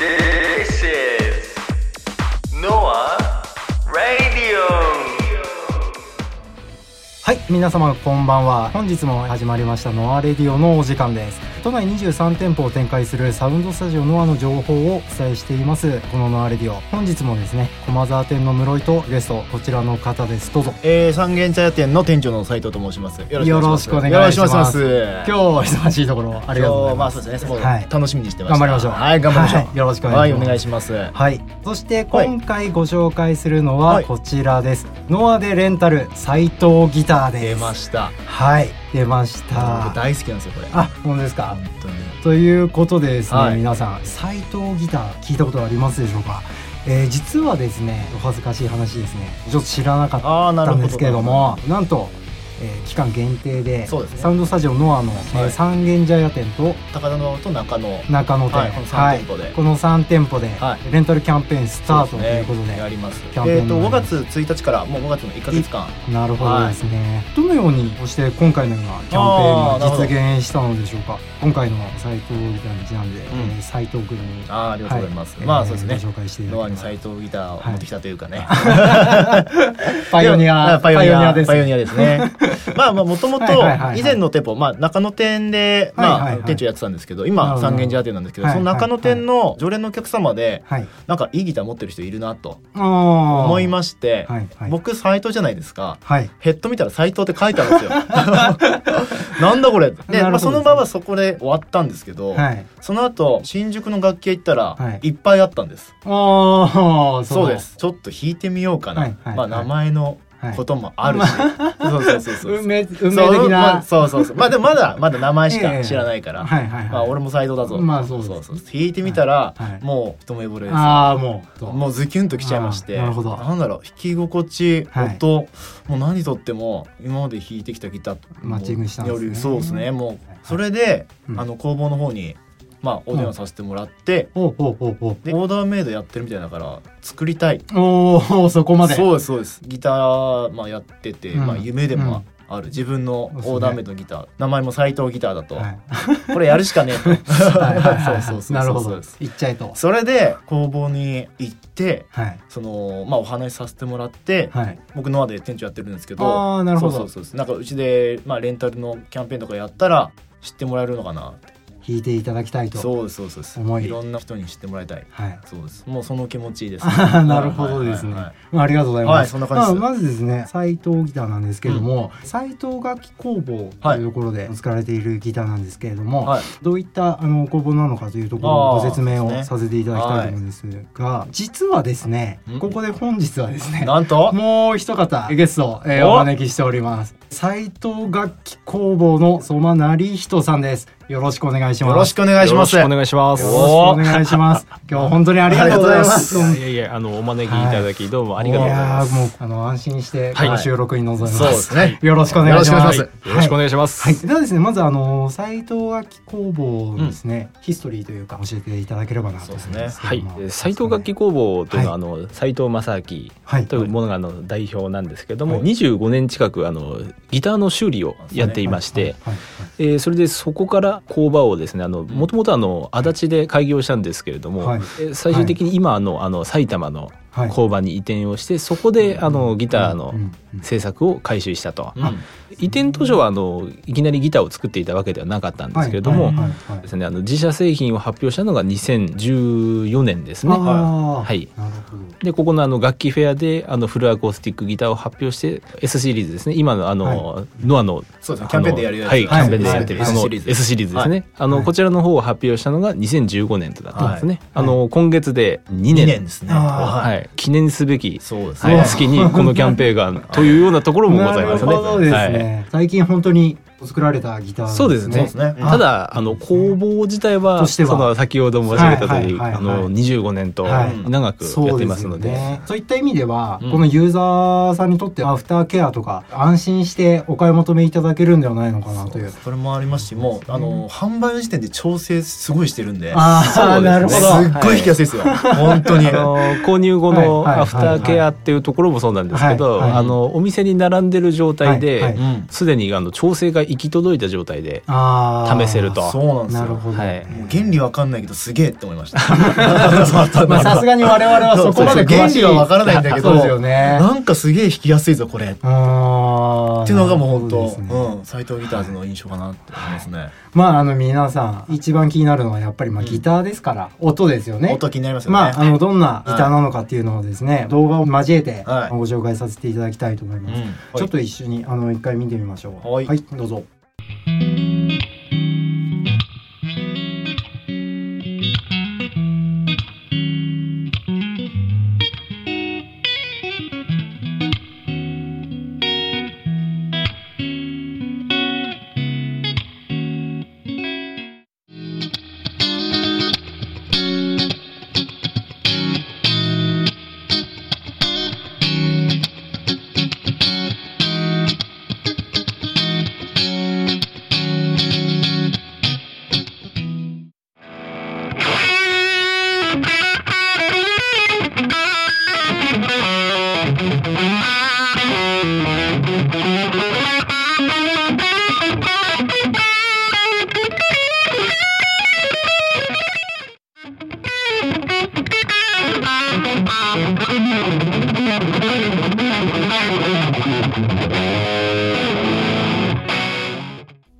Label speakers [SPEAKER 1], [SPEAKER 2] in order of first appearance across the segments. [SPEAKER 1] This is Noah Radio.
[SPEAKER 2] はい皆様こんばんは本日も始まりましたノアレディオのお時間です都内23店舗を展開するサウンドスタジオノアの情報をお伝えしていますこのノアレディオ本日もですね駒沢店の室井とゲストこちらの方ですどうぞ
[SPEAKER 3] えー、三軒茶屋店の店長の斉藤と申します。
[SPEAKER 2] よろしくお願いします
[SPEAKER 3] よろしくお願いし
[SPEAKER 2] 今
[SPEAKER 3] ます
[SPEAKER 2] 日忙しいところあ
[SPEAKER 3] あ
[SPEAKER 2] りがとうございます
[SPEAKER 3] まあそうですね。そう
[SPEAKER 2] はい
[SPEAKER 3] 楽しみにしてまし
[SPEAKER 2] 頑
[SPEAKER 3] た。
[SPEAKER 2] 張りましょう
[SPEAKER 3] はい、頑張りましょう。
[SPEAKER 2] はいよろしくお願いします
[SPEAKER 3] はお願いします。
[SPEAKER 2] はい、そして今回ご紹介するのは
[SPEAKER 3] はい
[SPEAKER 2] こちらです、ノアでレンタル斎藤ギターで
[SPEAKER 3] 出
[SPEAKER 2] す
[SPEAKER 3] ました。
[SPEAKER 2] はい出ました
[SPEAKER 3] 僕大好きなんですよこれ。
[SPEAKER 2] あ本当ですか
[SPEAKER 3] 本当に。
[SPEAKER 2] ということでですね、
[SPEAKER 3] はい
[SPEAKER 2] 皆さん斎藤ギター聞いたことありますでしょうか、えー実はですねお恥ずかしい話ですねちょっと知らなかっ
[SPEAKER 3] ああ、なる
[SPEAKER 2] た
[SPEAKER 3] ほ
[SPEAKER 2] ん
[SPEAKER 3] ど。
[SPEAKER 2] ですけれど。もなんと、えー期間限定で
[SPEAKER 3] そうですね
[SPEAKER 2] サウンドスタジオノアの、えー
[SPEAKER 3] はい
[SPEAKER 2] 三軒茶屋店と
[SPEAKER 3] 高田のと中野。
[SPEAKER 2] 中野店、
[SPEAKER 3] はいこの三店舗で
[SPEAKER 2] この3店舗で、
[SPEAKER 3] はい
[SPEAKER 2] レンタルキャンペーンスタートと
[SPEAKER 3] そ
[SPEAKER 2] いう
[SPEAKER 3] で
[SPEAKER 2] こ
[SPEAKER 3] す
[SPEAKER 2] と
[SPEAKER 3] ね
[SPEAKER 2] で
[SPEAKER 3] やります。
[SPEAKER 2] キャンペーン
[SPEAKER 3] えっと
[SPEAKER 2] な
[SPEAKER 3] 5
[SPEAKER 2] んで
[SPEAKER 3] 月1日からもう5月の1ヶ月間。
[SPEAKER 2] なるほどですね、どのようにそして今回のようなキャンペ
[SPEAKER 3] あ
[SPEAKER 2] ー
[SPEAKER 3] ーなる
[SPEAKER 2] ン
[SPEAKER 3] ほ
[SPEAKER 2] が
[SPEAKER 3] ど
[SPEAKER 2] 実現したのでしょうか今回の斎藤ギターにちなんで、
[SPEAKER 3] ん
[SPEAKER 2] えー斎藤君に
[SPEAKER 3] ああ、ありがとうございます。
[SPEAKER 2] はい
[SPEAKER 3] ま
[SPEAKER 2] え
[SPEAKER 3] あ
[SPEAKER 2] ー
[SPEAKER 3] そうですね。
[SPEAKER 2] ご紹介していただき
[SPEAKER 3] ノア
[SPEAKER 2] ま
[SPEAKER 3] に
[SPEAKER 2] す
[SPEAKER 3] 斉藤ギターを持ってきたというかね。
[SPEAKER 2] パイオニ
[SPEAKER 3] いや
[SPEAKER 2] ア、
[SPEAKER 3] パイオニア
[SPEAKER 2] です。
[SPEAKER 3] パイオニアですね。 まあまあもともと
[SPEAKER 2] はいはいはいはい
[SPEAKER 3] 以前の店舗、まあ中野店で、
[SPEAKER 2] はいはい
[SPEAKER 3] ま
[SPEAKER 2] は
[SPEAKER 3] あ
[SPEAKER 2] い
[SPEAKER 3] 店長やってたんですけど、
[SPEAKER 2] なる
[SPEAKER 3] 今
[SPEAKER 2] ほど
[SPEAKER 3] 三軒茶屋店なんですけど、
[SPEAKER 2] はい
[SPEAKER 3] その中野店の常連のお客様で、
[SPEAKER 2] はい。
[SPEAKER 3] なんかいいギター持ってる人いるなと
[SPEAKER 2] 思
[SPEAKER 3] 思いまして
[SPEAKER 2] はいはい、
[SPEAKER 3] 僕斎藤じゃないですか。
[SPEAKER 2] はい。
[SPEAKER 3] ヘッド見たら斎藤って書いてあるんですよ。 なんだこれ。
[SPEAKER 2] なるほど
[SPEAKER 3] で、まあその場はそこで終わったんですけど、
[SPEAKER 2] はい。
[SPEAKER 3] その後新宿の楽器屋行った
[SPEAKER 2] は
[SPEAKER 3] ら
[SPEAKER 2] い
[SPEAKER 3] いっぱいあったんです。
[SPEAKER 2] ああ、
[SPEAKER 3] そうで。す。ちょっと弾いてみようかな。
[SPEAKER 2] はいはい
[SPEAKER 3] ま
[SPEAKER 2] は
[SPEAKER 3] あ
[SPEAKER 2] い
[SPEAKER 3] 名前の
[SPEAKER 2] はい
[SPEAKER 3] こともあるし。そうそうそうそう。
[SPEAKER 2] 運命、運命
[SPEAKER 3] そう
[SPEAKER 2] 的
[SPEAKER 3] まあ
[SPEAKER 2] な。
[SPEAKER 3] そうそうそう。まあでもまだまだ名前
[SPEAKER 2] え
[SPEAKER 3] し
[SPEAKER 2] え
[SPEAKER 3] か知らないから。
[SPEAKER 2] はいはい
[SPEAKER 3] まあ
[SPEAKER 2] は
[SPEAKER 3] 俺も斎藤だぞ。
[SPEAKER 2] まあそうです
[SPEAKER 3] そうそう。弾いてみたら
[SPEAKER 2] はいはい
[SPEAKER 3] もう一目
[SPEAKER 2] い。
[SPEAKER 3] 惚れです。
[SPEAKER 2] ああ、もう。
[SPEAKER 3] もうズキュンときちゃいまして。
[SPEAKER 2] あーなるほど
[SPEAKER 3] んだろう弾き心地
[SPEAKER 2] はい
[SPEAKER 3] 音、もう何とっても今まで弾いてきたギターと
[SPEAKER 2] マッチングしたんですね
[SPEAKER 3] よりそうですね。も
[SPEAKER 2] はいう
[SPEAKER 3] それで、
[SPEAKER 2] うん
[SPEAKER 3] あの工房の方にまあお電話させてもらって。
[SPEAKER 2] おうおうおうおう
[SPEAKER 3] でオーダーメイドやってるみたいだから作りたい
[SPEAKER 2] おお、そこまで。
[SPEAKER 3] そうですそうですギター、まあ、やってて、
[SPEAKER 2] うん
[SPEAKER 3] まあ、夢でもある、自分のオーダーメイドのギター、名前も斎藤ギターだと、
[SPEAKER 2] はい。
[SPEAKER 3] これやるしかねえと
[SPEAKER 2] はいはいはいはい
[SPEAKER 3] そうそうそうそう
[SPEAKER 2] なるほ
[SPEAKER 3] そう
[SPEAKER 2] ど
[SPEAKER 3] です。
[SPEAKER 2] いっちゃえと。
[SPEAKER 3] それで工房に行って
[SPEAKER 2] はい。
[SPEAKER 3] その、まあ、お話しさせてもらって、
[SPEAKER 2] はい。
[SPEAKER 3] 僕ノアで店長やってるんですけど
[SPEAKER 2] あーなるほど
[SPEAKER 3] そうそうそうですなんかうちで、まあ、レンタルのキャンペーンとかやったら知ってもらえるのかなって
[SPEAKER 2] 弾いていただきたいと。
[SPEAKER 3] そうですそうですそう
[SPEAKER 2] 思
[SPEAKER 3] で
[SPEAKER 2] い
[SPEAKER 3] すいろんな人に知ってもらいたい
[SPEAKER 2] はい。
[SPEAKER 3] そうですもうその気持ちいいです、
[SPEAKER 2] あー なるほどですね
[SPEAKER 3] はいはいはい。
[SPEAKER 2] まあありがとうございます。
[SPEAKER 3] はいそんな感じです
[SPEAKER 2] まあまずですね、斎藤ギターなんですけれども、斎、藤楽器工房というところで使われているギターなんですけれども、
[SPEAKER 3] はい
[SPEAKER 2] どういったあの工房なのかというところをご説明
[SPEAKER 3] あーそう
[SPEAKER 2] を
[SPEAKER 3] です
[SPEAKER 2] させていただきたいと思うんですが、実はですね
[SPEAKER 3] う、ん
[SPEAKER 2] ここで本日はですね、
[SPEAKER 3] なんと
[SPEAKER 2] もう一方ゲストを、えー
[SPEAKER 3] お
[SPEAKER 2] お招きしております。斎藤楽器工房の相馬成人さんです。よろしくお願いします。
[SPEAKER 3] よろし
[SPEAKER 2] く
[SPEAKER 3] くお願いします。
[SPEAKER 4] よろしくお願いします。
[SPEAKER 2] お願いします。今日本当にありがとうございます。
[SPEAKER 4] いやいや、あの、お招きいただき、どうもありがとうございます。
[SPEAKER 2] いやーもうあの安心して
[SPEAKER 4] はい
[SPEAKER 2] この収録に臨みます。
[SPEAKER 3] そうですね。
[SPEAKER 2] よろしくお願いします。
[SPEAKER 3] よろしくお願いし
[SPEAKER 4] よろしくお
[SPEAKER 2] はい
[SPEAKER 4] 願いします。
[SPEAKER 2] はい、ではですね、まずあの斎藤楽器工房のですね、ヒストリーというか教えていただければなと思いますけども。
[SPEAKER 4] はい、えー斉藤楽器工房というのは、
[SPEAKER 2] はい
[SPEAKER 4] あの斉藤正明
[SPEAKER 2] はい
[SPEAKER 4] というものがあの代表なんですけども、
[SPEAKER 2] はい
[SPEAKER 4] 25年近くあのギターの修理をやっていまして、
[SPEAKER 2] はい
[SPEAKER 4] えーそれでそこから工場をですねもともと足立で開業したんですけれども、
[SPEAKER 2] はい
[SPEAKER 4] えー最終的に今あのあの埼玉の
[SPEAKER 2] はいはい
[SPEAKER 4] 工場に移転をしてそこであのギターの
[SPEAKER 2] うんうん
[SPEAKER 4] 制作を回収したと。
[SPEAKER 3] うん
[SPEAKER 4] 移転当初はあのいきなりギターを作っていたわけではなかったんですけれども、
[SPEAKER 2] はいはいはいはい
[SPEAKER 4] ですね、あの自社製品を発表したのが2014年ですね。
[SPEAKER 2] あー
[SPEAKER 4] はい
[SPEAKER 2] なるほど。
[SPEAKER 4] でここのあの楽器フェアであのフルアコースティックギターを発表して S シリーズですね今のあの、ノアの
[SPEAKER 3] そうですね
[SPEAKER 4] あの
[SPEAKER 3] キャンペーンでやるやつ
[SPEAKER 4] はい、キャンペーンでやってる、
[SPEAKER 2] はい
[SPEAKER 4] その
[SPEAKER 3] S シリーズ
[SPEAKER 4] S シリーズですね、あの
[SPEAKER 2] はい
[SPEAKER 4] こちらの方を発表したのが2015年となってます
[SPEAKER 2] は
[SPEAKER 4] ね、
[SPEAKER 2] い
[SPEAKER 4] あの今月で2
[SPEAKER 3] 2
[SPEAKER 4] 年
[SPEAKER 3] 年ですね。
[SPEAKER 2] あ
[SPEAKER 4] はい、記念すべき
[SPEAKER 3] そうです
[SPEAKER 4] はい
[SPEAKER 3] ね。
[SPEAKER 4] 月にこのキャンペーンがというようなところもございますね。
[SPEAKER 2] なるほどです
[SPEAKER 4] はい
[SPEAKER 2] ね。最近本当に作られたギターなん
[SPEAKER 4] そうですね。
[SPEAKER 3] そうですね
[SPEAKER 4] ただあの工房自体は
[SPEAKER 2] としては
[SPEAKER 4] その先ほど申し上げた通り、
[SPEAKER 2] はいはいはいはい
[SPEAKER 4] あの25年と
[SPEAKER 2] はい
[SPEAKER 4] 長くやってますので、
[SPEAKER 2] そうすよねそういった意味では、
[SPEAKER 3] うん
[SPEAKER 2] このユーザーさんにとってアフターケアとか安心してお買い求めいただけるんではないのかなという。
[SPEAKER 3] それもありますし、もうあの販売の時点で調整すごいしてるんで、
[SPEAKER 2] ああ、
[SPEAKER 4] そうですね
[SPEAKER 2] なる
[SPEAKER 3] す
[SPEAKER 2] ほ
[SPEAKER 3] っ
[SPEAKER 2] ど。
[SPEAKER 4] はい
[SPEAKER 3] ごい引きやすいですよ。本当に
[SPEAKER 4] あ。の購入後の
[SPEAKER 2] はいはいはいはい
[SPEAKER 4] アフターケアっていうところもそうなんですけど、
[SPEAKER 2] はいはい
[SPEAKER 4] あのお店に並んでる状態で、
[SPEAKER 2] はいはい
[SPEAKER 3] うん
[SPEAKER 4] すでにあの調整が行き届いた状態で
[SPEAKER 2] あー
[SPEAKER 4] 試せると
[SPEAKER 3] そうなんですよ
[SPEAKER 2] なるほど、
[SPEAKER 4] はい
[SPEAKER 3] もう原理わかんないけどすげえって思いましたそ う
[SPEAKER 2] まあさすがに我々はそこまで詳
[SPEAKER 3] 原
[SPEAKER 2] しい
[SPEAKER 3] 理はわからないんだけど
[SPEAKER 2] そうですよね
[SPEAKER 3] なんかすげえ弾きやすいぞこれって
[SPEAKER 2] あー
[SPEAKER 3] いうのがもう本当、
[SPEAKER 2] なるほどですね
[SPEAKER 3] うん斎藤ギターズの印象かなって思いますね、
[SPEAKER 2] まああの皆さん一番気になるのはやっぱりまあ
[SPEAKER 3] うん
[SPEAKER 2] ギターですから、音ですよね。
[SPEAKER 3] 音気になりますよね、
[SPEAKER 2] まあ、あの、どんなギターなのかっていうのをですね、動画を交えて
[SPEAKER 3] はい
[SPEAKER 2] ご紹介させていただきたいと思います。ちょっと一緒に、あの、一回見てみましょう。
[SPEAKER 3] はい
[SPEAKER 2] どうぞ。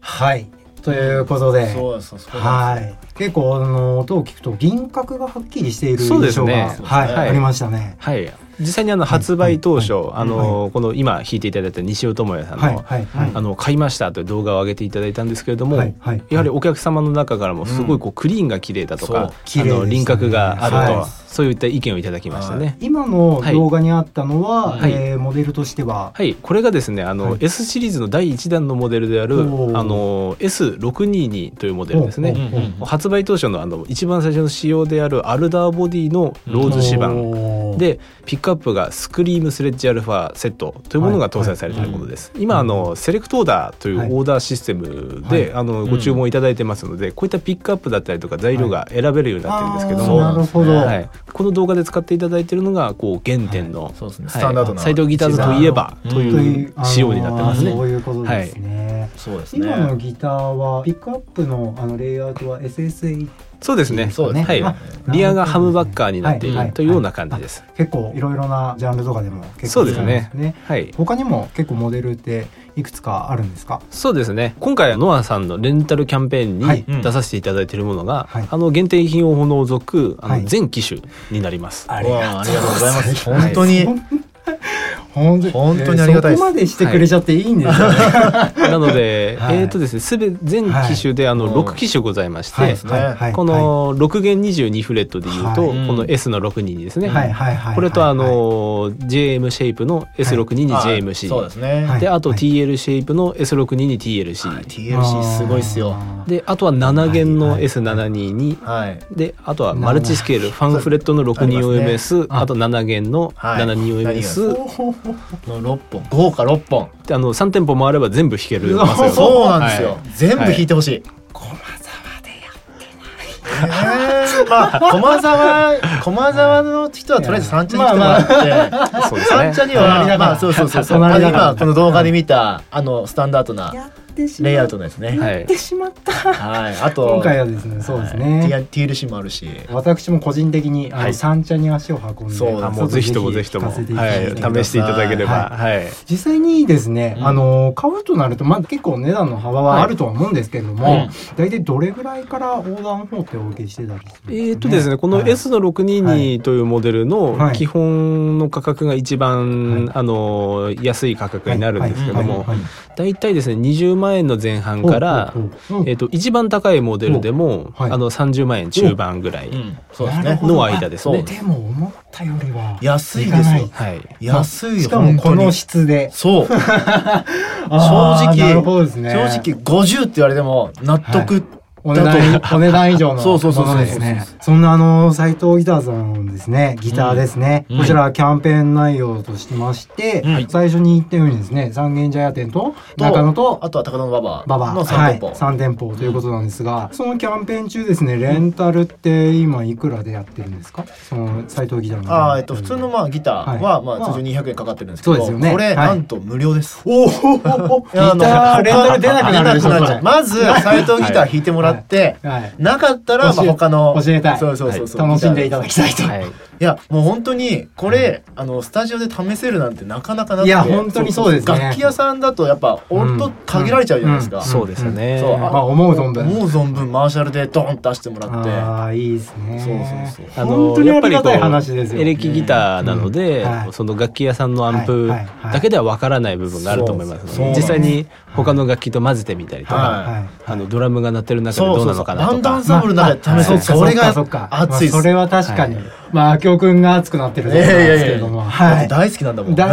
[SPEAKER 2] はい。ということで、
[SPEAKER 3] そうですそうです
[SPEAKER 2] はい。結構、あの、音を聞くと輪郭がはっきりしている
[SPEAKER 4] そうで
[SPEAKER 2] 印
[SPEAKER 4] す
[SPEAKER 2] 象
[SPEAKER 4] ね
[SPEAKER 2] が、はい、
[SPEAKER 4] はい
[SPEAKER 2] ありましたね。
[SPEAKER 4] はい実際にあの発売当初、
[SPEAKER 2] はいはい
[SPEAKER 4] あのこの今弾いていただいた西尾智也さんの,、
[SPEAKER 2] はい、はい、はい。
[SPEAKER 4] あの買いましたという動画を上げていただいたんですけれども、
[SPEAKER 2] はいはい
[SPEAKER 4] やはりお客様の中からもすごいこうクリーンが綺麗だと
[SPEAKER 3] そう
[SPEAKER 4] か、
[SPEAKER 2] 綺
[SPEAKER 4] あ
[SPEAKER 2] 麗でした
[SPEAKER 4] の
[SPEAKER 2] ね
[SPEAKER 4] 輪郭があると、
[SPEAKER 2] はい
[SPEAKER 4] そういった意見をいただきましたね。はい
[SPEAKER 2] 今の動画にあったのは、
[SPEAKER 4] はい
[SPEAKER 2] えーモデルとしては、
[SPEAKER 4] これがですねあの、
[SPEAKER 2] はい
[SPEAKER 4] S シリーズの第1弾のモデルである
[SPEAKER 2] おー
[SPEAKER 4] あの S622 というモデルですね、
[SPEAKER 2] おうおうおう
[SPEAKER 4] 発売当初のあの一番最初の仕様であるアルダーボディのローズ指板、
[SPEAKER 2] おー
[SPEAKER 4] でピックアップがスクリームスレッジアルファセットというものが搭載されているものです、今あのセレクトオーダーとい
[SPEAKER 2] はいう
[SPEAKER 4] オーダーシステム
[SPEAKER 2] は
[SPEAKER 4] で、
[SPEAKER 2] い
[SPEAKER 4] あのご注文いただいてますので、こういったピックアップだったりとか材料が選べるようになってるんですけども、
[SPEAKER 2] あーなるほど、
[SPEAKER 3] そう
[SPEAKER 4] はい、この動画で使っていただいているのがこう原点の、
[SPEAKER 3] そうですね
[SPEAKER 4] はい
[SPEAKER 3] スタンダードな
[SPEAKER 4] 斎藤ギターズといえば
[SPEAKER 3] うん
[SPEAKER 4] という仕様になってます
[SPEAKER 2] あーそ
[SPEAKER 4] ね。
[SPEAKER 2] ういうことですね。
[SPEAKER 3] そうですね
[SPEAKER 2] 今のギターはピックアップのあのレイアウトは SSA
[SPEAKER 4] そうですね。
[SPEAKER 3] そうですね
[SPEAKER 4] はい
[SPEAKER 2] あ
[SPEAKER 4] リアがハムバッカーになってい
[SPEAKER 2] はいは
[SPEAKER 4] る
[SPEAKER 2] い
[SPEAKER 4] というような感じです。
[SPEAKER 2] 結構いろいろなジャンルとかでも結構
[SPEAKER 4] そうですね
[SPEAKER 2] 出てるんですね
[SPEAKER 4] はい。
[SPEAKER 2] 他にも結構モデルっていくつかあるんですか
[SPEAKER 4] そうですね今回はノアさんのレンタルキャンペーン
[SPEAKER 2] はい
[SPEAKER 3] うん
[SPEAKER 4] に出させていただいているものが、
[SPEAKER 2] はい
[SPEAKER 4] あの限定品を除くあ
[SPEAKER 2] は
[SPEAKER 4] の
[SPEAKER 2] い
[SPEAKER 4] 全機種になります。
[SPEAKER 2] あ
[SPEAKER 3] わあありがとうございます
[SPEAKER 4] はい
[SPEAKER 3] 本当に
[SPEAKER 2] 本当に
[SPEAKER 3] 本当にありがたいです
[SPEAKER 2] そこまでしてくれちゃっていいんですよね、
[SPEAKER 4] なので、
[SPEAKER 2] はい
[SPEAKER 4] えっ、とですね全全機種であの
[SPEAKER 3] うん
[SPEAKER 4] 6機種ございまして、
[SPEAKER 2] はい
[SPEAKER 3] そうですね
[SPEAKER 4] この6弦22フレットでいうと、
[SPEAKER 3] はい
[SPEAKER 4] この S の62ですね、
[SPEAKER 2] はいはいはい
[SPEAKER 4] これとあの
[SPEAKER 2] はい
[SPEAKER 4] ー JM シェイプの S62 に
[SPEAKER 3] あ
[SPEAKER 4] JMC、
[SPEAKER 3] そうですね、
[SPEAKER 2] はい
[SPEAKER 4] であと
[SPEAKER 2] はい
[SPEAKER 4] TL シェイプの S62 に TLC、
[SPEAKER 3] はい TLC すごいっすよ
[SPEAKER 4] であとは7弦
[SPEAKER 2] は
[SPEAKER 4] の
[SPEAKER 2] いはい
[SPEAKER 4] S72 に、
[SPEAKER 3] はい
[SPEAKER 4] であとはマルチスケールファンフレットの
[SPEAKER 3] ありますね
[SPEAKER 4] 62OMS
[SPEAKER 2] あ
[SPEAKER 4] あ,、と7弦の
[SPEAKER 3] はい
[SPEAKER 4] 72OMS、
[SPEAKER 2] おー
[SPEAKER 3] の6本豪華6本
[SPEAKER 4] であの3店舗回れば全部弾ける
[SPEAKER 2] うわ
[SPEAKER 4] マス
[SPEAKER 2] そう
[SPEAKER 4] が
[SPEAKER 3] そうなんですよ、
[SPEAKER 4] はい
[SPEAKER 3] 全部弾いてほしい、駒沢でやってない、えーまあ駒沢駒沢の人はとりあえず三茶に来てもらって、
[SPEAKER 4] そうです
[SPEAKER 3] 三
[SPEAKER 4] ね
[SPEAKER 3] 茶には、
[SPEAKER 2] 隣だから
[SPEAKER 3] まあそうそうそうそうあ
[SPEAKER 2] 隣
[SPEAKER 3] の
[SPEAKER 2] だから
[SPEAKER 3] 今この動画で見たあのスタンダードな
[SPEAKER 2] やってしま
[SPEAKER 3] レイア
[SPEAKER 2] っ
[SPEAKER 3] ウトのですね、
[SPEAKER 4] は
[SPEAKER 3] はい
[SPEAKER 4] い
[SPEAKER 2] てしまった
[SPEAKER 3] あと
[SPEAKER 2] 今回はですねそうですね、
[SPEAKER 3] はい T- TLC もあるし
[SPEAKER 2] 私も個人的にあの、
[SPEAKER 3] はい
[SPEAKER 2] 三茶に足を運んで
[SPEAKER 3] そう
[SPEAKER 2] あ
[SPEAKER 3] だ
[SPEAKER 4] あもうぜひともぜひとも、
[SPEAKER 2] 聞かせていた
[SPEAKER 4] は
[SPEAKER 2] だいて
[SPEAKER 4] い、試していただければ、はい、
[SPEAKER 2] 実際にですね、
[SPEAKER 3] うん
[SPEAKER 2] あの買うとなるとまあ結構値段の幅はあるとは思うんですけれども、
[SPEAKER 3] はい
[SPEAKER 2] 大体どれぐらいからオーダーの方ってお受けしてたりするんですか、
[SPEAKER 4] えーっとですね、この S の
[SPEAKER 2] はい
[SPEAKER 4] 622というモデル
[SPEAKER 2] は
[SPEAKER 4] の
[SPEAKER 2] い
[SPEAKER 4] 基本の価格が一番、あの安い価格になるんですけども、
[SPEAKER 2] はいはい
[SPEAKER 4] だいたいですね20万円の前半から
[SPEAKER 2] お、おおお
[SPEAKER 4] えーっと一番高いモデルでも、
[SPEAKER 2] おはい
[SPEAKER 4] あの30万円中盤ぐらい
[SPEAKER 3] うんそうです
[SPEAKER 2] なる
[SPEAKER 3] ね
[SPEAKER 2] ほど
[SPEAKER 4] の間ですね。
[SPEAKER 2] でも思ったよりは
[SPEAKER 3] 安いですよ
[SPEAKER 2] かない
[SPEAKER 4] はい。
[SPEAKER 3] 安いよ
[SPEAKER 2] しかもこ
[SPEAKER 3] 本当
[SPEAKER 2] の
[SPEAKER 3] に
[SPEAKER 2] 質で
[SPEAKER 3] そう
[SPEAKER 2] あー
[SPEAKER 3] 正直
[SPEAKER 2] なるほどですね
[SPEAKER 3] 正直50って言われても納得
[SPEAKER 2] お値段
[SPEAKER 3] だ
[SPEAKER 2] お値段以上の
[SPEAKER 3] そうそうそう
[SPEAKER 2] ものです
[SPEAKER 3] そう
[SPEAKER 2] ね
[SPEAKER 3] そうそ。
[SPEAKER 2] そんなあの斎藤ギターさんのですねギターですね、
[SPEAKER 4] うん
[SPEAKER 2] こちらはキャンペーン内容としてまして、
[SPEAKER 4] うん
[SPEAKER 2] 最初に言ったようにですね三軒茶屋店と
[SPEAKER 3] と
[SPEAKER 2] 中野と
[SPEAKER 3] あとは高野馬
[SPEAKER 2] バ
[SPEAKER 3] 場
[SPEAKER 2] バ
[SPEAKER 3] の3店舗、
[SPEAKER 2] はい、3店舗ということなんですが、そのキャンペーン中ですねレンタルって今いくらでやってるんですかその斎藤ギターの
[SPEAKER 3] あーえっと普通のまあギターは、
[SPEAKER 2] はい
[SPEAKER 3] まあ
[SPEAKER 2] まあ
[SPEAKER 3] 通常200円かかってるんですけど、
[SPEAKER 2] そうですよね
[SPEAKER 3] これ、
[SPEAKER 2] はい
[SPEAKER 3] なんと無料です。
[SPEAKER 2] おおギタ
[SPEAKER 3] あの
[SPEAKER 2] ーレンタル出なくなるでしょ
[SPEAKER 3] 出なくなっち
[SPEAKER 2] そ
[SPEAKER 3] ゃう
[SPEAKER 2] れ
[SPEAKER 3] まず斎藤ギター弾いてもらって、
[SPEAKER 2] はい
[SPEAKER 3] なかったらま
[SPEAKER 2] 教
[SPEAKER 3] あ
[SPEAKER 2] え
[SPEAKER 3] 他の
[SPEAKER 2] 教えたい
[SPEAKER 3] そうそうそうそう、
[SPEAKER 2] 楽しんでいただきたいと、
[SPEAKER 4] はい
[SPEAKER 3] いやもう本当にこれ、あのスタジオで試せるなんてなかなかなくて
[SPEAKER 2] いや本当にそうですね
[SPEAKER 3] 楽器屋さんだとやっぱ音と限られちゃうじゃないですか、
[SPEAKER 2] うん
[SPEAKER 4] そうですね、
[SPEAKER 3] そう
[SPEAKER 2] まあ思う存分
[SPEAKER 3] 思う存分マーシャルでドンと出してもらって
[SPEAKER 2] ああいいですね
[SPEAKER 3] そうそう
[SPEAKER 4] あの
[SPEAKER 2] 本当にありがたい
[SPEAKER 4] やっぱりこう
[SPEAKER 2] 話ですよ
[SPEAKER 4] エレキギターなので、
[SPEAKER 2] うんはい
[SPEAKER 4] その楽器屋さんのアン
[SPEAKER 2] は
[SPEAKER 4] プ
[SPEAKER 2] いはいはい
[SPEAKER 4] だけではわからない部分があると思いますので、
[SPEAKER 3] そうそう
[SPEAKER 4] 実際に他の楽器と混ぜてみたりとか、
[SPEAKER 3] はい
[SPEAKER 4] あのドラムが鳴ってる中で
[SPEAKER 3] そう
[SPEAKER 4] ど
[SPEAKER 3] そうう
[SPEAKER 4] な
[SPEAKER 3] そ
[SPEAKER 4] の
[SPEAKER 3] う
[SPEAKER 4] かな
[SPEAKER 3] バ
[SPEAKER 4] と
[SPEAKER 3] ンダン
[SPEAKER 4] か。
[SPEAKER 3] サンブルの中
[SPEAKER 2] まあ
[SPEAKER 3] で試せる、
[SPEAKER 2] そ
[SPEAKER 3] それが
[SPEAKER 2] そっか
[SPEAKER 3] 熱いです、
[SPEAKER 2] まあそれは確かに、
[SPEAKER 4] はい
[SPEAKER 2] まあ教君が熱くなってると
[SPEAKER 3] い
[SPEAKER 2] ころなん
[SPEAKER 3] やい
[SPEAKER 2] で
[SPEAKER 3] や
[SPEAKER 2] す
[SPEAKER 3] い
[SPEAKER 2] け
[SPEAKER 3] や
[SPEAKER 2] れども
[SPEAKER 3] だっ
[SPEAKER 2] は
[SPEAKER 3] て
[SPEAKER 2] い
[SPEAKER 3] 大好きなんだもん
[SPEAKER 2] だ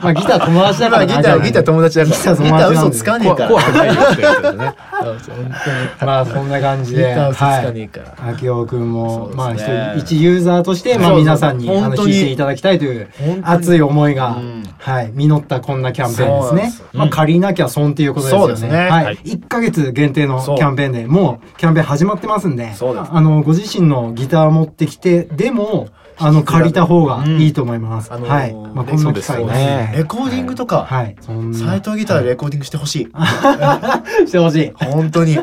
[SPEAKER 2] まあギター友達だ
[SPEAKER 3] ま
[SPEAKER 2] から
[SPEAKER 3] あギターギター友達だから
[SPEAKER 2] ギター友達
[SPEAKER 3] ギタ
[SPEAKER 2] なん
[SPEAKER 3] ー
[SPEAKER 2] で
[SPEAKER 3] 嘘つかねえ
[SPEAKER 4] 怖
[SPEAKER 3] から
[SPEAKER 4] 怖くないよっていうことね。
[SPEAKER 3] 本当に
[SPEAKER 2] まあそんな感じ
[SPEAKER 3] ギタ
[SPEAKER 2] で
[SPEAKER 3] ー嘘つ
[SPEAKER 2] は
[SPEAKER 3] かね
[SPEAKER 2] い
[SPEAKER 3] えから、
[SPEAKER 2] 秋尾君も、
[SPEAKER 3] そうですね
[SPEAKER 2] まあ一人一ユーザーとして、まあ
[SPEAKER 3] そうそう
[SPEAKER 2] 皆さんにあの
[SPEAKER 3] 本当
[SPEAKER 2] 弾
[SPEAKER 3] に
[SPEAKER 2] いていただきたいという
[SPEAKER 3] 本当に
[SPEAKER 2] 熱い思いが
[SPEAKER 3] うん、
[SPEAKER 2] はい、実ったこんなキャンペー
[SPEAKER 3] そ
[SPEAKER 2] ン
[SPEAKER 3] うなん
[SPEAKER 2] で
[SPEAKER 3] ですす
[SPEAKER 2] ね
[SPEAKER 3] よ。
[SPEAKER 2] まあ借りなきゃ損っていうことですよ
[SPEAKER 3] そう
[SPEAKER 2] ね。
[SPEAKER 3] ですね
[SPEAKER 2] は
[SPEAKER 3] はいい。
[SPEAKER 2] 1ヶ月限定のキ
[SPEAKER 3] そう
[SPEAKER 2] ャンペーンで、もうキャンペーン始まってますんで、
[SPEAKER 3] そうです
[SPEAKER 2] あの、ご自身のギター持ってきて、でも、あの、借りた方がいいと思います。
[SPEAKER 3] うん
[SPEAKER 2] はい。
[SPEAKER 3] あのー
[SPEAKER 2] まあこんな機会
[SPEAKER 4] そうです
[SPEAKER 2] ね。
[SPEAKER 4] ね
[SPEAKER 3] レコーディングとか、
[SPEAKER 2] はい。そん
[SPEAKER 3] 斎
[SPEAKER 2] な、
[SPEAKER 3] 藤ギターでレコーディングしてほしい。
[SPEAKER 2] してほしい。
[SPEAKER 3] 本当に。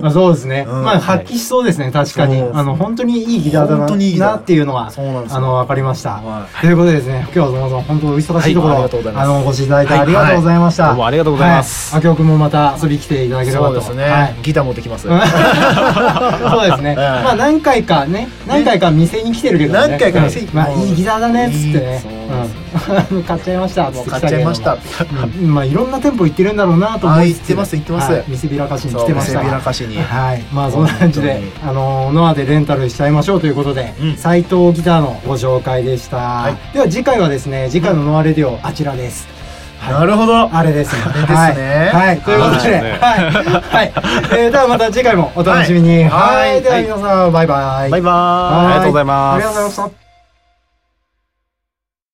[SPEAKER 2] まあ、そうですね、
[SPEAKER 3] うん
[SPEAKER 2] まあ発揮しそうですね確かに、
[SPEAKER 3] そうですね
[SPEAKER 2] あの本当にいいギターだな
[SPEAKER 3] 本当にいいギター
[SPEAKER 2] なっていうのは
[SPEAKER 3] そうなんですよ
[SPEAKER 2] あの分かりました、
[SPEAKER 3] は
[SPEAKER 2] ということでですね今日はどうも本当お忙しいところ、
[SPEAKER 3] はいありがとうございます
[SPEAKER 2] のご視聴いただいてありがとうございました、
[SPEAKER 4] はいどうもありがとうございます
[SPEAKER 2] はい、あきょうくんもまた遊びに来ていただければ
[SPEAKER 3] そう
[SPEAKER 2] と
[SPEAKER 3] です
[SPEAKER 2] は
[SPEAKER 3] ね
[SPEAKER 2] い。
[SPEAKER 3] ギター持ってきま
[SPEAKER 2] そ
[SPEAKER 3] す。
[SPEAKER 2] うですね。まあ何回かね、何回か店に来てるけどね。
[SPEAKER 3] 何回か店に
[SPEAKER 2] うんまあいいギターだねっつってね。
[SPEAKER 3] そ
[SPEAKER 2] う
[SPEAKER 3] う
[SPEAKER 2] ん 買っちゃいましたっつ
[SPEAKER 3] も
[SPEAKER 2] っ
[SPEAKER 3] う
[SPEAKER 2] て
[SPEAKER 3] 買
[SPEAKER 2] 来
[SPEAKER 3] った
[SPEAKER 2] け
[SPEAKER 3] ちゃ
[SPEAKER 2] れ
[SPEAKER 3] い
[SPEAKER 2] ども
[SPEAKER 3] ました。
[SPEAKER 2] うんまあいろんな店舗行ってるんだろうなと思いつつ
[SPEAKER 3] あ行ってます行ってます
[SPEAKER 2] はい見せびらかしに来
[SPEAKER 3] そう
[SPEAKER 2] てまし
[SPEAKER 3] せ
[SPEAKER 2] た
[SPEAKER 3] び
[SPEAKER 2] が
[SPEAKER 3] らかしに。
[SPEAKER 2] はい、まあそんな感じで
[SPEAKER 3] 本、
[SPEAKER 2] あのノアでレンタルしちゃいましょうということで、
[SPEAKER 3] うん
[SPEAKER 2] 斉藤ギターのご紹介でした。
[SPEAKER 3] い
[SPEAKER 2] では次回はですね、次回のノアレディオ、あちらです。
[SPEAKER 3] なるほど。
[SPEAKER 2] あれですね。
[SPEAKER 3] あれですね
[SPEAKER 2] はい。はいということで、はい。はい。えーではまた次回もお楽しみに。
[SPEAKER 3] はいはい
[SPEAKER 2] はいでは皆さん、バイバイ。
[SPEAKER 3] バイバーイ。
[SPEAKER 2] はい
[SPEAKER 4] ありがとうございます
[SPEAKER 2] ありがとうございました。